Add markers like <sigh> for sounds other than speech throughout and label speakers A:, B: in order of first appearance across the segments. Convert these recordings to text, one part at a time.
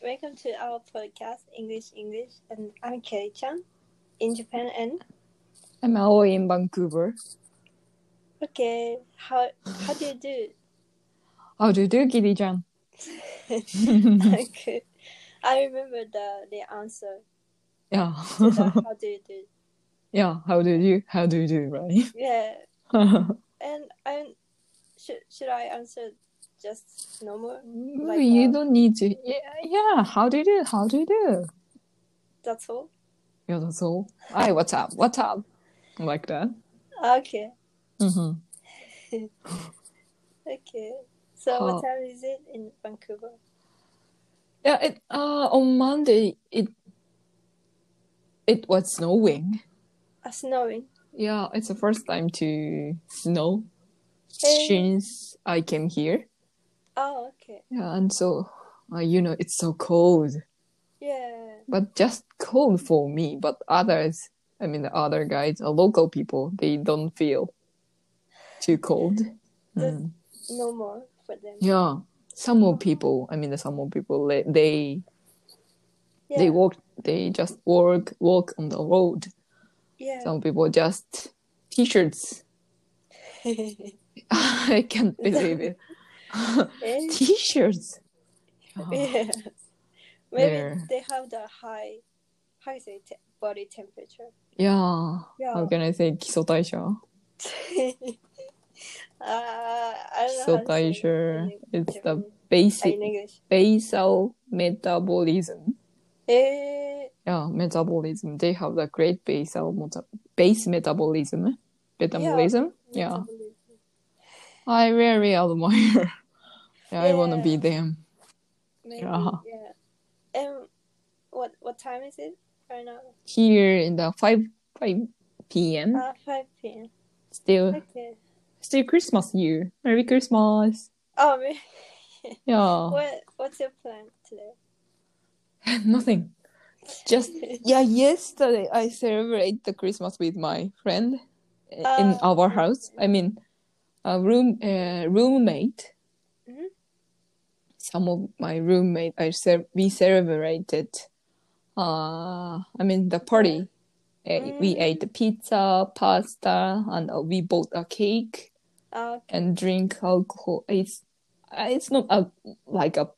A: welcome to our podcast, English English. And I'm Kei Chan in Japan. And
B: I'm Aoi in Vancouver.
A: okay, how how do you
B: <laughs>
A: do? <laughs>
B: How do you do, Kitty Chan?
A: Like, I remember the the answer
B: yeah.
A: to the how do you do. <laughs>
B: yeah. How do you? How do you do, right?
A: Yeah, <laughs> and I should should I answer just normal?
B: No, you
A: uh,
B: don't need to. Yeah, yeah. How do you do? How do you do?
A: That's all.
B: Yeah, that's all. Hi, what's up? What's up? Like that.
A: Okay,
B: Mm-hmm.
A: okay. So
B: Huh.
A: what time is it in Vancouver?
B: Yeah. It uh on Monday it it was snowing.
A: Uh, snowing.
B: Yeah, it's the first time to snow
A: Hey.
B: since I came here.
A: Oh, okay.
B: Yeah, and so uh, you know it's so cold.
A: Yeah.
B: but just cold for me. But others, I mean, the other guys, uh, local people, they don't feel too cold.
A: That's
B: Mm.
A: normal for them.
B: Yeah, some more people. I mean, the some more people they they,
A: Yeah.
B: they walk. They just walk walk on the road.
A: yeah. <laughs>
B: Some people just t-shirts. <laughs> I
A: <laughs>
B: can't believe it.
A: Eh?
B: t-shirts.
A: <laughs>
B: Yeah.
A: yeah. Maybe
B: There.
A: they have the high, how you say te- body temperature.
B: yeah.
A: Yeah.
B: How can I say
A: <laughs>
B: kisotaisha?
A: uh, I don't know. how to say it
B: Kisotaisha.
A: in
B: It's the
A: Japanese. Ah,
B: basic
A: in English.
B: basal metabolism.
A: Eh,
B: Yeah, metabolism. They have the great basal meta- base metabolism. Metabolism. Yeah,
A: metabolism.
B: I really admire. <laughs> yeah, I wanna
A: Yeah.
B: be them.
A: Maybe, yeah.
B: Yeah.
A: And what what time is it right now?
B: Here in the five five p.m.
A: Uh, 5 p.m.
B: still
A: Okay.
B: still Christmas year. Merry Christmas.
A: Oh,
B: <laughs>
A: ma-
B: Yeah.
A: what what's your plan today?
B: <laughs> Nothing. Just yeah. Yesterday I celebrate the Christmas with my friend eh, in
A: Ah.
B: our house. I mean, a room uh, roommate.
A: Mhm.
B: some of my roommate I ce- we celebrated uh I mean the party. Eh, We
A: Mm.
B: ate the pizza, pasta, and uh, we bought a cake
A: Uh,
B: <laughs>
A: <laughs>
B: and drink alcohol. It's uh, it's not a, like a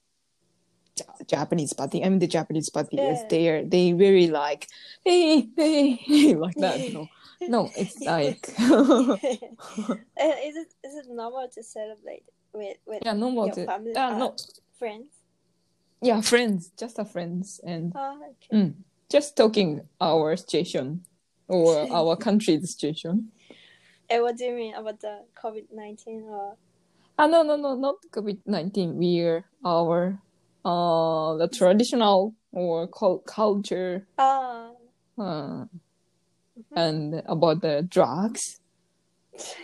B: Ja- Japanese party. I mean the Japanese party is
A: Yeah.
B: they are they really like hey hey <laughs> hey like that.
A: <laughs>
B: No, no, it's like <laughs>
A: Uh, is it is it normal to celebrate with with
B: yeah, normal.
A: your
B: to-
A: family
B: Ah,
A: uh,
B: no,
A: friends?
B: yeah, friends, just a friends and
A: Oh, okay.
B: Mm. Just talking our situation
A: <laughs>
B: or our country's situation.
A: And what do you mean about the COVID nineteen or
B: Ah, no, no, no, not COVID 19. We're our, uh, the traditional or cul- culture,
A: ah? <laughs>
B: uh, and about the
A: <laughs>
B: drugs.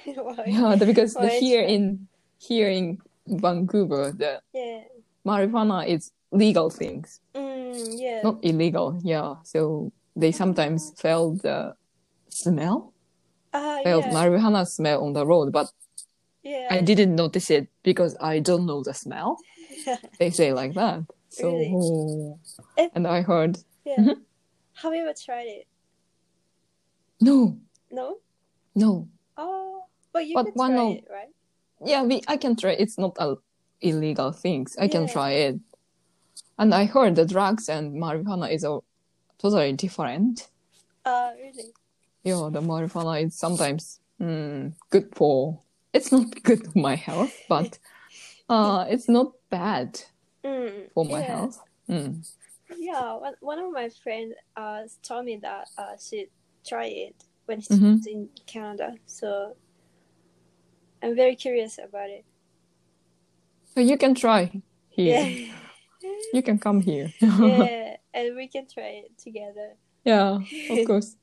A: why?
B: Yeah, the- because the,
A: Well, it's
B: here
A: fair.
B: in, here in Vancouver, the
A: yeah.
B: marijuana is legal things,
A: Mm, yeah.
B: not illegal. Yeah. So they sometimes felt the smell,
A: Ah,
B: felt
A: yeah.
B: marijuana smell on the road, but
A: yeah.
B: I didn't notice it because I don't know
A: <laughs>
B: the smell. They say like that. So, <laughs>
A: Really?
B: and I heard
A: yeah.
B: Mhm.
A: Have you ever tried it?
B: no,
A: No.
B: no.
A: Oh, but you
B: But
A: could
B: one
A: try
B: of-
A: it, right?
B: Yeah, we. I can try. It's not a illegal things. I can
A: Yeah.
B: try it. And I heard the drugs and marijuana is a totally different.
A: Uh, really?
B: Yeah, the marijuana is sometimes mm, good for. It's not <laughs> good for my health,
A: <laughs>
B: but uh, it's not bad
A: Mm,
B: for my
A: yeah.
B: health. Mm.
A: Yeah, one, one of my friends uh, told me that uh, she tried it when she
B: Mhm.
A: was in Canada. So I'm very curious about it.
B: So you can try here.
A: Yeah,
B: You can come here.
A: <laughs>
B: <laughs>
A: yeah, and we can try it together.
B: Yeah,
A: <laughs>
B: of course.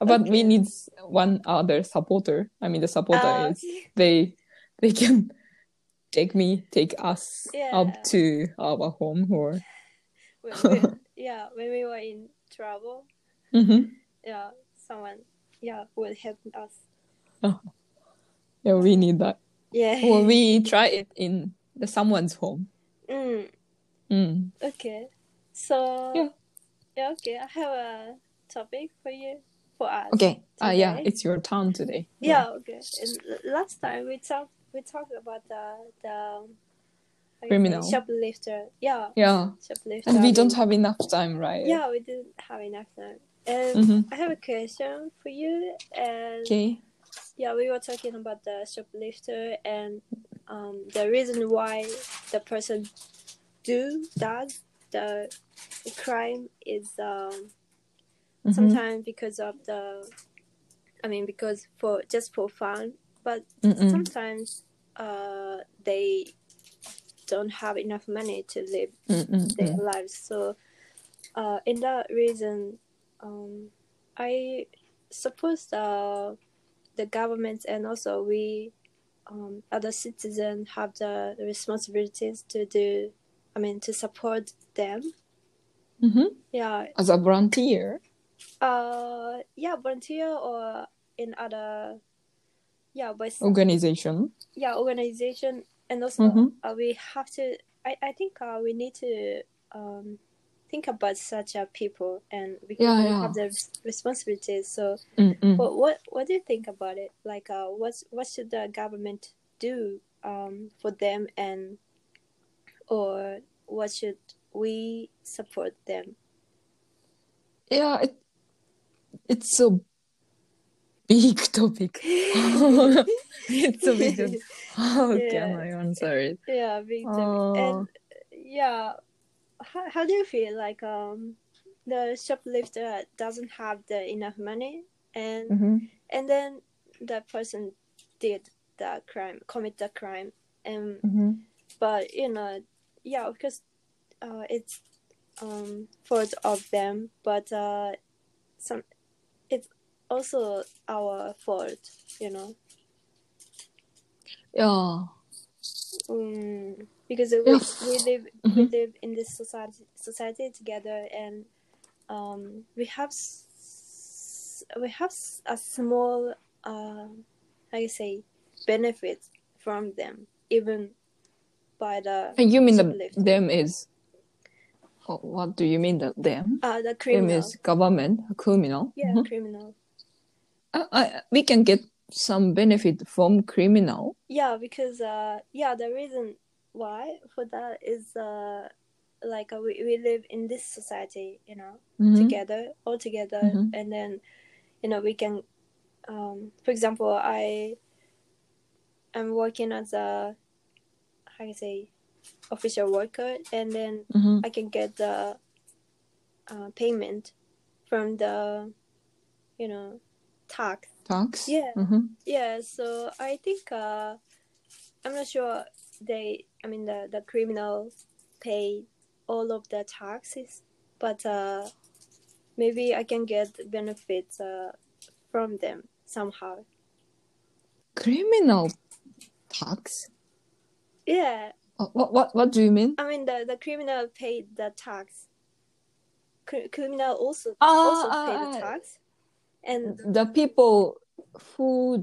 B: But we need one other supporter. I mean, the
A: <laughs>
B: supporter
A: Ah,
B: is they they can take me, take us
A: Yeah.
B: up to our home or <laughs>
A: when we- yeah, when we were in trouble,
B: Mhm.
A: yeah, someone yeah would help us.
B: yeah, we need that.
A: Yeah.
B: Or we try it in the someone's home.
A: <laughs> Mm,
B: Mm.
A: okay. So
B: Yeah.
A: yeah, okay. I have a topic for you for us.
B: Okay. Uh, yeah,
A: Today?
B: it's your turn today.
A: Yeah, okay. And l- last time we talked we talked about the the how you say,
B: Criminal.
A: shoplifter. Yeah,
B: Yeah.
A: shoplifter.
B: And we don't have enough time, right?
A: Yeah, we didn't have enough time. And
B: Mm-hmm.
A: I have a question for you. And
B: Okay.
A: yeah, we were talking about the shoplifter and um, the reason why the person do does the crime is um,
B: Mhm.
A: sometimes because of the, I mean, because for just for fun, but
B: Mm-mm.
A: sometimes uh, they don't have enough money to live
B: Mm-mm.
A: their lives. So, uh, in that reason, um, I suppose the the government and also we um, other citizens have the responsibilities to do. I mean, to support them.
B: Mhm.
A: Yeah.
B: As a volunteer.
A: Uh. Yeah. Volunteer or in other. Yeah, but
B: organization.
A: yeah, organization and also
B: Mhm.
A: uh, we have to I, I think uh, we need to um, think about such a people and because
B: Yeah,
A: we
B: yeah. Mm-hmm.
A: have the res- responsibilities so
B: Mm-mm.
A: what, what what do you think about it like uh, what's what should the government do um, for them and or what should we support them
B: Yeah, it, it's a big
A: <laughs>
B: <laughs> topic. it's a big topic. How can I answer it? <laughs>
A: yeah big
B: Oh.
A: topic. and yeah how, how do you feel like um the shoplifter doesn't have the enough money and
B: Mhm.
A: and then the person did the crime commit the crime and
B: Mhm.
A: but you know yeah because uh, it's um fault of them but uh some it's also our fault you know
B: Yeah.
A: Mm, because we,
B: Yeah.
A: we live we
B: Mhm.
A: live in this society society together and um, we have s- we have s- a small uh, how you say benefit from them even by the
B: And You mean the,
A: Shoplift.
B: them is oh, what do you mean that them?
A: uh, the
B: Them
A: criminal
B: is government, criminal.
A: yeah
B: Mhm.
A: criminal
B: I, I, we can get some benefit from criminal.
A: yeah because uh, yeah the reason why for that is uh, like uh, we, we live in this society you know
B: Mhm.
A: together all together
B: Mhm.
A: and then you know we can um for example i am working as a how you say official worker and then
B: Mhm.
A: i can get the uh, payment from the you know tax
B: Tax.
A: Yeah.
B: Mhm.
A: yeah so i think uh i'm not sure they i mean the the criminals pay all of the taxes but uh maybe i can get benefits uh from them somehow
B: Criminal tax.
A: yeah
B: Uh, What what what do you mean?
A: I mean, the, the criminal paid the tax. Cr- criminal also
B: Ah,
A: also
B: ah,
A: paid the
B: ah.
A: tax, and
B: the people who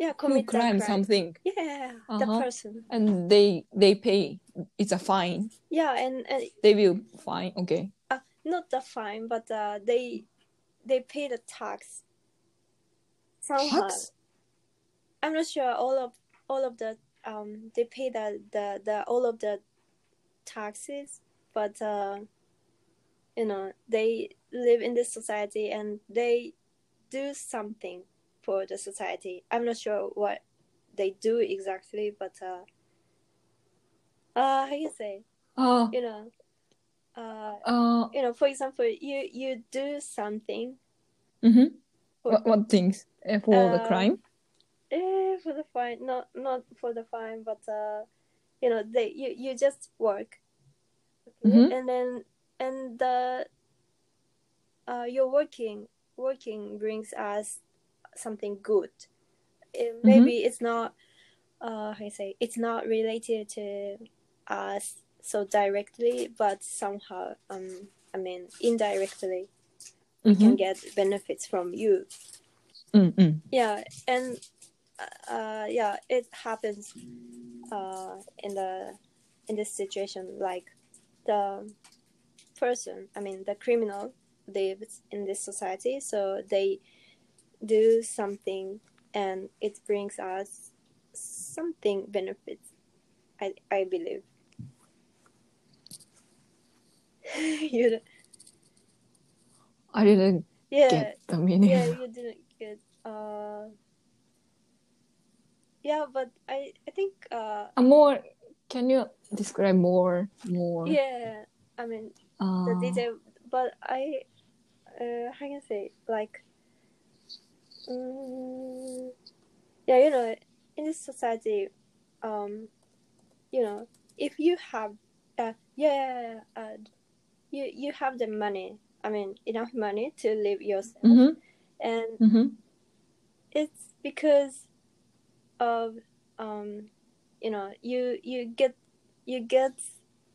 A: yeah,
B: who
A: commit
B: crime
A: that crime.
B: something
A: Yeah, the
B: Uh-huh.
A: person.
B: and they they pay it's a fine
A: Yeah, and, and
B: they will fine okay
A: uh, not the fine, but uh, they they pay the tax somehow.
B: tax
A: I'm not sure all of all of the um they pay the the, the all of the taxes, but uh, you know they live in this society and they do something for the society. I'm not sure what they do exactly, but uh, uh how you say,
B: uh,
A: you know, uh,
B: uh
A: you know, for example, you you do something
B: mhm.
A: for
B: what, what things Eh, for the
A: Um,
B: crime
A: eh, for the fine, not not for the fine, but uh, you know, they you you just work, okay?
B: Mhm.
A: and then and the uh, your working working brings us something good. Eh,
B: Mm-hmm.
A: maybe it's not uh how you say it's not related to us so directly but somehow um i mean indirectly we can
B: Mhm.
A: get benefits from you
B: Mm-mm.
A: yeah and uh yeah it happens uh in the in this situation like the person, I mean the criminal, lives in this society, so they do something, and it brings us something benefits. I I believe. <laughs> you don't-
B: I didn't
A: yeah
B: get the meaning.
A: yeah
B: <laughs>
A: you didn't get uh yeah but I I think uh
B: A more can you describe more more
A: yeah I mean
B: uh,
A: the detail but i uh how can i say like mm, yeah you know in this society um you know if you have uh yeah uh, you you have the money i mean enough money to live yourself
B: Mhm,
A: and
B: mhm.
A: it's because of um you know you you get you get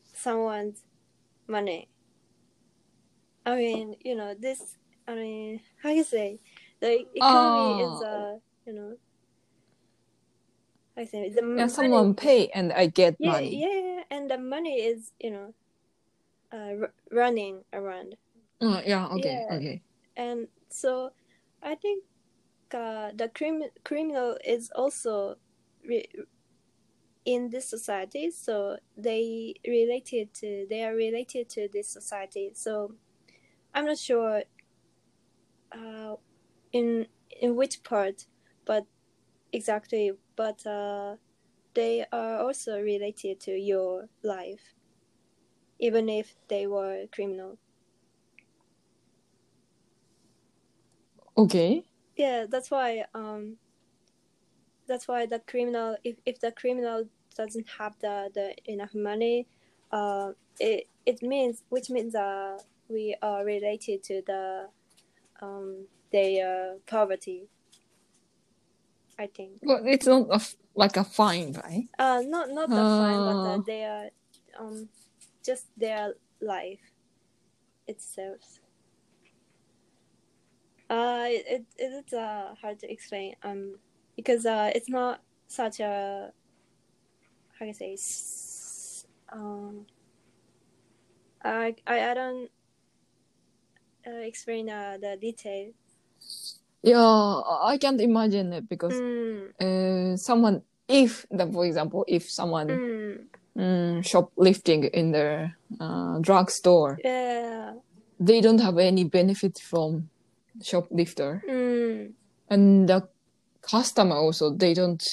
A: someone's money i mean you know this i mean how you say the economy
B: Oh.
A: is uh you know i say the
B: Yeah,
A: money-
B: someone pay and I get
A: yeah,
B: money.
A: yeah and the money is you know uh, r- running around
B: Uh, yeah, okay,
A: Yeah.
B: okay.
A: and so I think uh, the crim- criminal is also re- in this society, so they related to they are related to this society. So I'm not sure uh, in in which part, but exactly, but uh, they are also related to your life, even if they were criminal.
B: Okay.
A: yeah that's why um that's why the criminal if, if the criminal doesn't have the, the enough money uh it it means which means uh we are related to the um their poverty i think
B: But it's not a f like a fine, right?
A: uh not not the fine but uh,
B: Oh.
A: their um just their life itself uh it it is uh hard to explain um because uh it's not such a how can I say s- um I I, I don't uh, explain uh, the detail
B: Yeah, I I can't imagine it because
A: mm,
B: uh, someone if the for example if someone
A: mm,
B: um, shoplifting in the uh, drugstore,
A: yeah
B: they don't have any benefit from shoplifter,
A: mm,
B: and the customer also they don't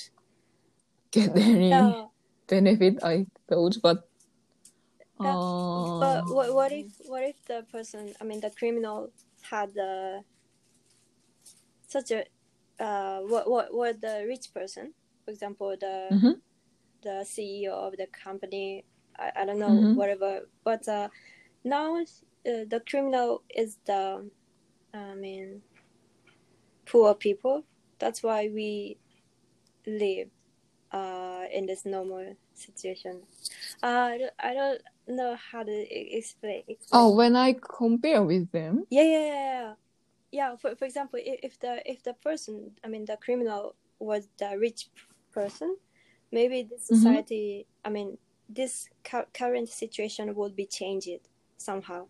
B: get <laughs> any
A: yeah
B: benefit. I thought, but
A: Yeah,
B: uh,
A: But what, what if what if the person I mean the criminal had uh, such a uh what what what the rich person for example the
B: Mhm.
A: the CEO of the company I, I don't know
B: Mhm.
A: whatever but uh, now uh, the criminal is the I mean poor people that's why we live uh in this normal situation uh, I, don't, I don't know how to e- explain, explain.
B: oh, when I compare with them,
A: yeah yeah yeah yeah. yeah for, for example if, if the if the person i mean the criminal was the rich p- person maybe this
B: Mhm.
A: society i mean this cu- current situation would be changed somehow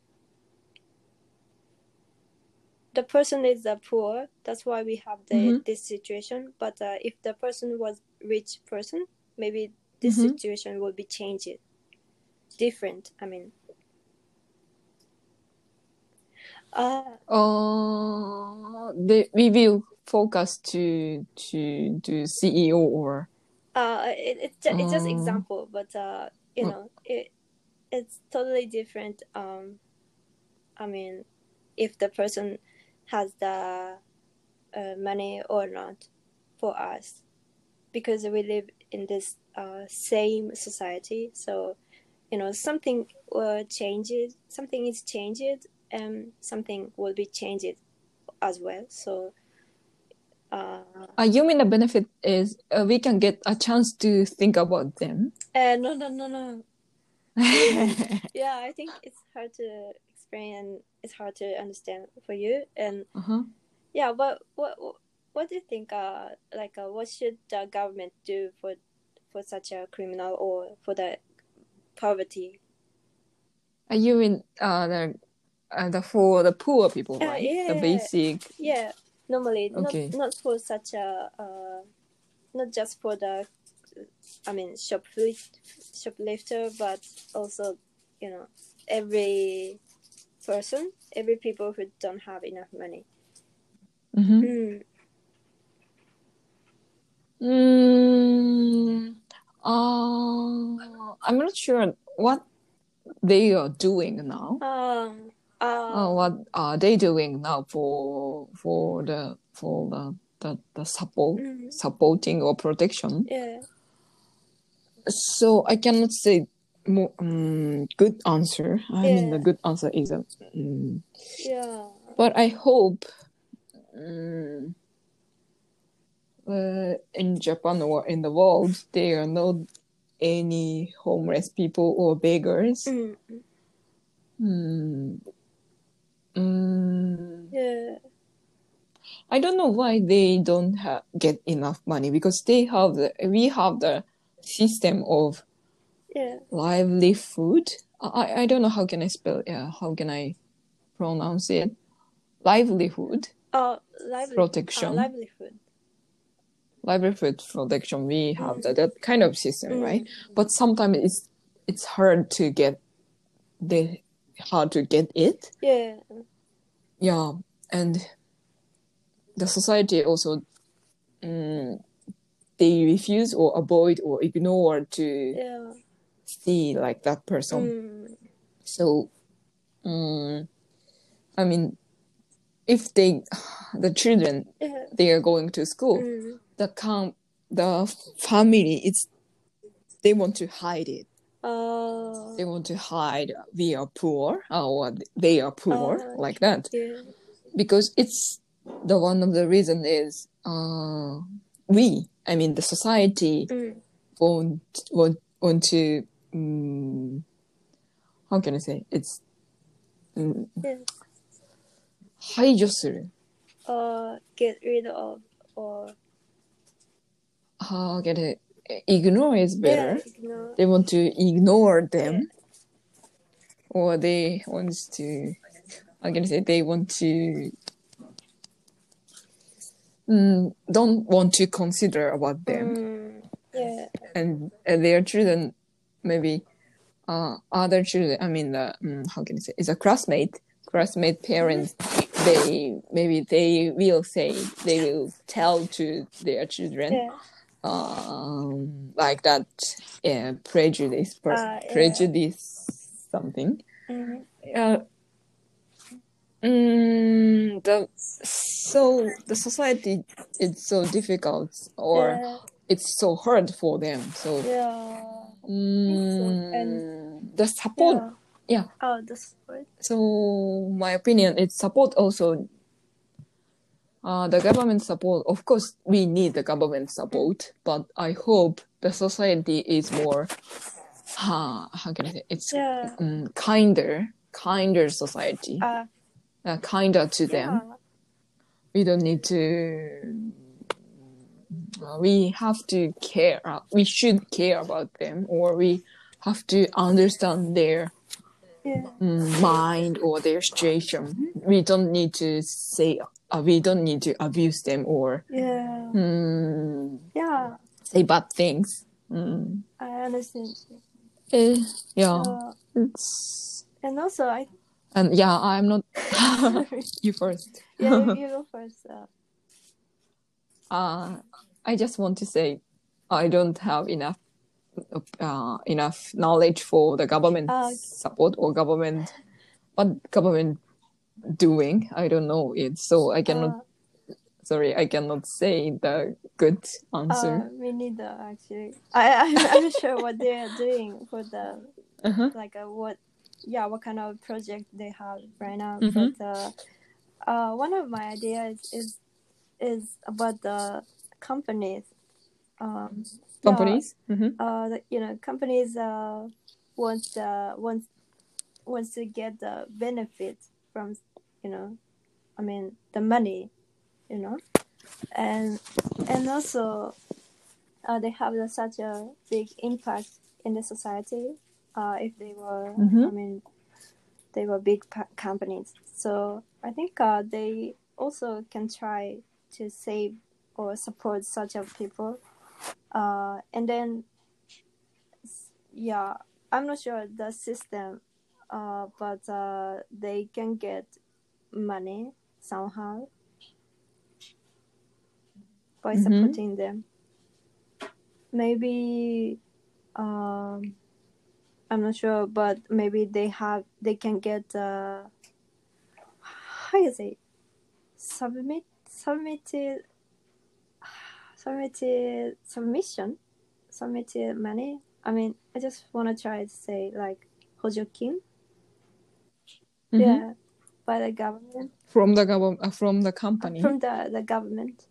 A: the person is the poor that's why we have the
B: Mhm.
A: this situation but uh, if the person was rich person maybe this
B: Mhm.
A: situation would be changed different i mean uh
B: Uh, the we will focus to to to CEO or
A: uh it, it's just, it's just
B: Um,
A: example but uh you
B: mm.
A: know it it's totally different um i mean if the person has the uh, money or not for us because we live in this uh, same society so you know something will changes something is changed and something will be changed as well so uh,
B: Uh, you mean the benefit is uh, we can get a chance to think about
A: <laughs>
B: them.
A: uh no no no no
B: uh-huh.
A: yeah i think it's hard to explain and it's hard to understand for you and
B: Uh-huh.
A: yeah but what what do you think uh like uh, what should the government do for for such a criminal or for the poverty
B: Are you in uh the uh, the for the poor people,
A: Uh,
B: right? The
A: yeah.
B: basic.
A: Yeah, normally
B: Okay.
A: not not for such a uh, not just for the I mean shop shoplifter, but also you know every person, every people who don't have enough money.
B: Mhm.
A: Mm.
B: Mm, uh, I'm not sure what they are doing now.
A: Um, uh,
B: Uh, what are they doing now for for the for the the, the support
A: mm,
B: supporting or protection?
A: yeah,
B: So I cannot say more um, good answer. I mean the
A: Yeah.
B: good answer is a. mm,
A: yeah,
B: but I hope um, uh, in Japan or in the world there are not any homeless people or beggars.
A: mm,
B: Mm. Hmm. Mm.
A: yeah,
B: I don't know why they don't ha- get enough money because they have the, we have the system of
A: yeah,
B: lively food. I, I- I don't know how can I spell yeah how can I pronounce it livelihood
A: uh, lively, uh,
B: protection
A: livelihood.
B: livelihood protection we have
A: Mm.
B: that, that kind of system
A: Mm.
B: right but sometimes it's it's hard to get the hard to get it
A: Yeah,
B: yeah and the society also mm, they refuse or avoid or ignore to
A: yeah,
B: see like that person
A: mm,
B: so mm, i mean if they the children
A: yeah,
B: they are going to school
A: mm,
B: the com- the family it's they want to hide it
A: uh,
B: they want to hide we are poor or they are poor
A: uh,
B: like that
A: yeah.
B: because it's the one of the reason is uh, we i mean the society
A: Mm,
B: want want, want to um, how can i say it's um,
A: yeah.
B: 排除する
A: Or Uh, get rid of or
B: how can i ignore is better
A: yeah, ignore.
B: they want to ignore them or they want to how can i say they want to mm, don't want to consider about them
A: Mm, yeah,
B: and uh, their children maybe uh, other children i mean the um, how can i say is a classmate classmate parents they maybe they will say they will tell to their children
A: yeah,
B: um, like that uh, prejudice per-
A: Ah, yeah.
B: prejudice something
A: mm,
B: uh, mm, the so the society it's so difficult or
A: yeah,
B: it's so hard for them so
A: yeah,
B: Mm, the support,
A: yeah.
B: yeah.
A: Oh, the support.
B: So my opinion, it's support also. Uh, the government support, of course, we need the government support, but I hope the society is more, uh, how can I say, it's
A: Yeah.
B: mm, kinder, kinder society,
A: Uh,
B: uh, kinder to
A: yeah.
B: them. We don't need to. uh, we have to care. Uh, we should care about them, or we have to understand their
A: Yeah.
B: mm, mind or their situation. We don't need to say, uh, we don't need to abuse them or
A: Yeah.
B: mm,
A: Yeah.
B: say bad things. Mm.
A: I understand.
B: Eh, yeah,
A: Uh,
B: it's
A: and also, I
B: and yeah, I'm <laughs> not.
A: sorry.
B: you first.
A: yeah, you, you go first. Uh,
B: <laughs> Uh, I just want to say, I don't have enough. Uh, enough knowledge for the government
A: Ah, okay.
B: support or government what government doing i don't know it so i cannot
A: uh,
B: sorry i cannot say the good
A: uh,
B: answer
A: me neither actually. I, I I'm not sure what they are doing for the
B: uh-huh.
A: like uh, what yeah what kind of project they have right now
B: Mhm.
A: but uh, uh, one of my ideas is is about the companies um yeah,
B: companies mm-hmm.
A: uh the, you know companies uh wants uh wants wants to get the benefit from you know i mean the money you know and and also uh, they have the, such a big impact in the society uh if they were
B: Mhm.
A: i mean they were big pa- companies. So I think uh, they also can try to save or support such a people. Uh, and then, s- yeah, I'm not sure the system, uh, but uh, they can get money somehow by
B: Mhm.
A: supporting them. Maybe um, I'm not sure, but maybe they have they can get uh, how you say submit submitted <sighs> submitted submission submitted money. I mean, I just wanna try to say like hojokin, yeah, by the government
B: Mm-hmm. From the government, uh, from the company.
A: from the the government.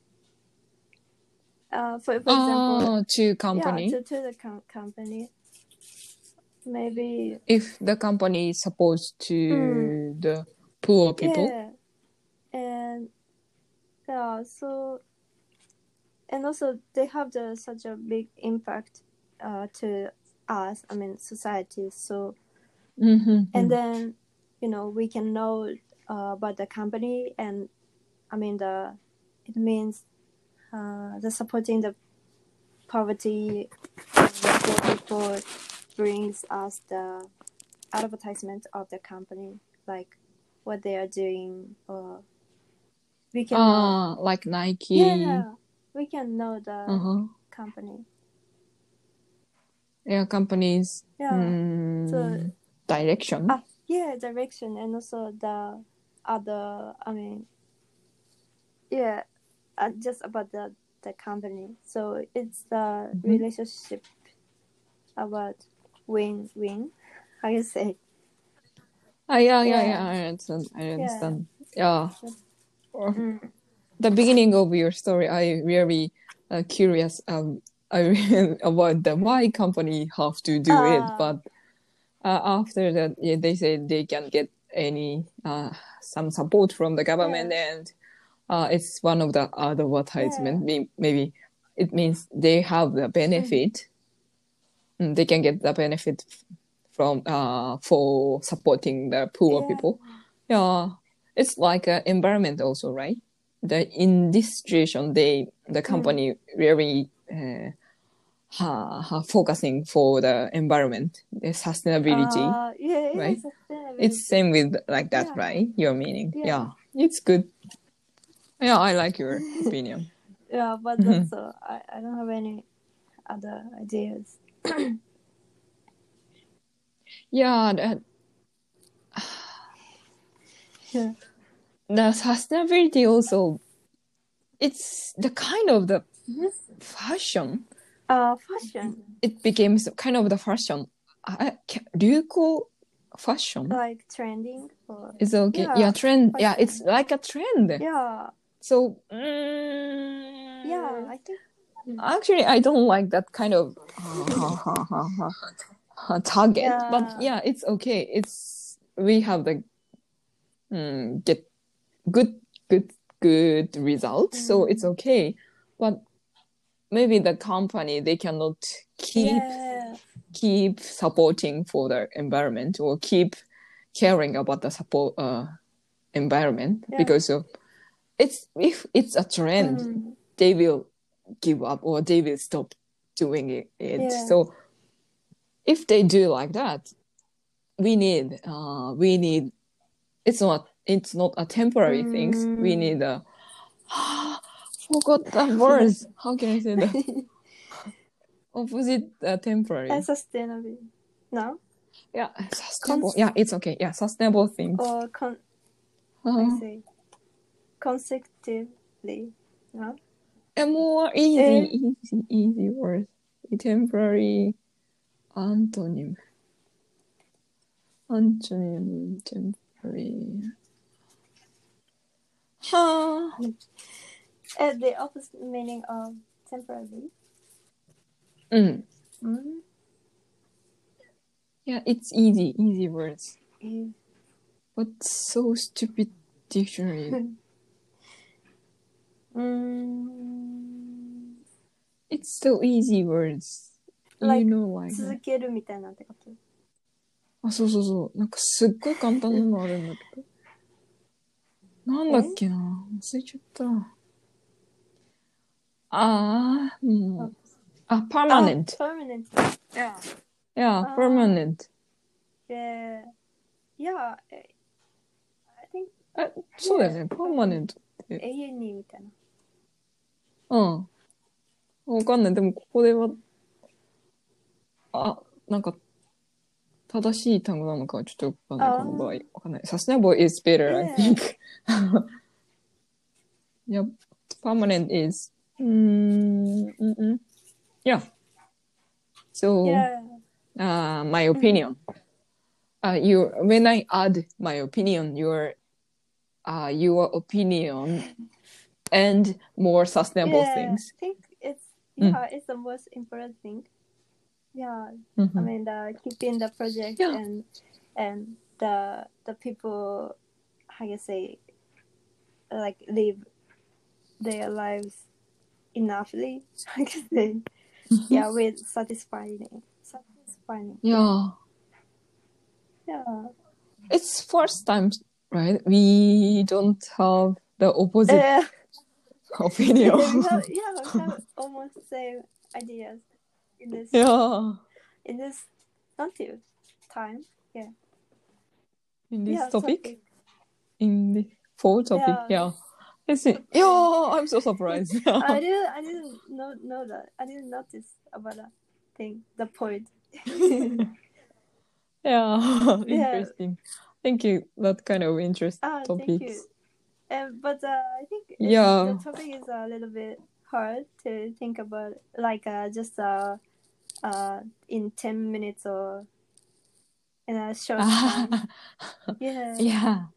A: Uh, for for example,
B: ah, to company.
A: yeah, to, to the com- company. Maybe
B: if the company is supposed to
A: Mm.
B: the poor people.
A: Yeah. And yeah, so and also they have the such a big impact uh, to us. I mean society. So
B: Mm-hmm.
A: and then you know we can know uh, about the company and I mean the it means uh, the supporting the poverty and the poor people brings us the advertisement of the company, like what they are doing, or we can know,
B: ah, like Nike.
A: yeah, we can know the
B: Uh-huh.
A: company.
B: Yeah, companies.
A: Yeah,
B: mm,
A: So-
B: direction.
A: ah, yeah, direction and also the other. I mean, yeah, uh, just about the the company. So it's the
B: Mhm.
A: relationship about win win. How you say?
B: Ah, yeah, yeah,
A: yeah.
B: yeah. I understand. I understand. Yeah. Uh-huh. Or-
A: Mm.
B: The beginning of your story, I really uh, curious um, I <laughs> really- about the why company have to do it,
A: Ah.
B: but uh, after that, yeah, they say they can get any uh, some support from the government, and uh, it's one of the advertisement. May- Maybe it means they have the benefit.
A: Hmm.
B: Mm, They can get the benefit from uh, for supporting the poor
A: Yeah.
B: people. Yeah, it's like an environment also, right? The in this situation, they
A: Mm.
B: the company really uh, ha, ha, focusing for the environment, the sustainability.
A: Ah, yeah, yeah,
B: right?
A: sustainability.
B: it's same with like that,
A: Yeah.
B: right? Your meaning,
A: Yeah.
B: yeah. it's good. Yeah, I like
A: <laughs>
B: your opinion.
A: Yeah, but
B: Mm-hmm.
A: that's all. I, I don't have any other ideas.
B: Yeah, that,
A: Yeah.
B: the sustainability also, it's the kind of the fashion.
A: Uh, fashion,
B: It became so- kind of the fashion. I, can, 流行 fashion
A: like trending or
B: is okay.
A: yeah,
B: Yeah, trend. Yeah,
A: fashion.
B: it's like a trend.
A: yeah,
B: So, mm,
A: yeah. I think
B: Actually, I don't like that kind of <laughs> uh, target,
A: Yeah.
B: but yeah, it's okay. It's we have the mm, get good, good, good results, so
A: Mm.
B: it's okay. But maybe the company they cannot keep
A: yeah,
B: keep supporting for the environment or keep caring about the support uh, environment
A: Yeah.
B: because of it's if it's a trend
A: Mm.
B: they will give up or they will stop doing it. it.
A: Yeah.
B: So if they do like that, we need uh we need it's not it's not a temporary things. thing. We
A: Mm.
B: need a <gasps> forgot
A: <laughs>
B: the words. How can I say that? Opposite uh, temporary.
A: and sustainable. No,
B: yeah, sustainable. yeah, it's okay. Yeah, sustainable things.
A: or con. Oh, I
B: Uh,
A: say consecutively. No.
B: and more easy,
A: Eh.
B: easy, easy words. Temporary antonym. Antonym temporary. Huh.
A: Uh, the opposite meaning of temporary.
B: Mm.
A: Mm.
B: Yeah, it's easy, easy words.
A: Is
B: But so stupid dictionary.
A: <laughs>
B: Mm-hmm.
A: mm.
B: it's so easy words.
A: Like,
B: you know why?
A: 続けるみたいなってこと。
B: ああ、そうそうそう。なんかすっごい簡単なのあるんだけど。なんだっけな忘れちゃった。ああ、うん。あ、permanent.
A: Ah, permanent. Yeah.
B: Yeah, permanent.
A: Yeah. Yeah. え I think
B: え、そうだよね。permanent って。
A: 永遠にみたいな。
B: うん。わかんない。でも、ここでは、あ、なんか、正しい単語なのか、ちょっとわかんない。
A: あー
B: この場合。わかんない。sustainable is better, I think. <laughs> いや、permanent is, うーん、うんうん。Yeah. So,
A: Yeah.
B: uh, my opinion. Uh, you, when I add my opinion, your, uh, your opinion and more sustainable
A: yeah.
B: things.
A: I think it's
B: Mm.
A: yeah, it's the most important thing. Yeah.
B: Mhm.
A: I mean the keeping the project
B: Yeah.
A: and and the the people how you say like live their lives enoughly, <laughs> I can say.
B: Mm-hmm.
A: yeah, with satisfying satisfying.
B: Yeah,
A: Yeah.
B: it's first time, right? We don't have the opposite
A: Uh, <laughs>
B: Uh, <laughs> opinion.
A: we have, Uh, yeah, we have almost same ideas in this
B: yeah,
A: in this until time.
B: in this
A: yeah,
B: topic,
A: topic.
B: in the full topic,
A: Yeah.
B: yeah. It's yeah, I'm so surprised. <laughs>
A: I didn't I didn't know know that. I didn't notice about that thing, the point.
B: yeah, <laughs> interesting. Thank you. That kind of interest
A: Ah, thank you.
B: topics.
A: Um, but uh, I think it's-
B: Yeah.
A: the topic is a little bit hard to think about, like uh, just uh, uh, in
B: <laughs>
A: ten minutes or in a short time. Yeah.
B: yeah,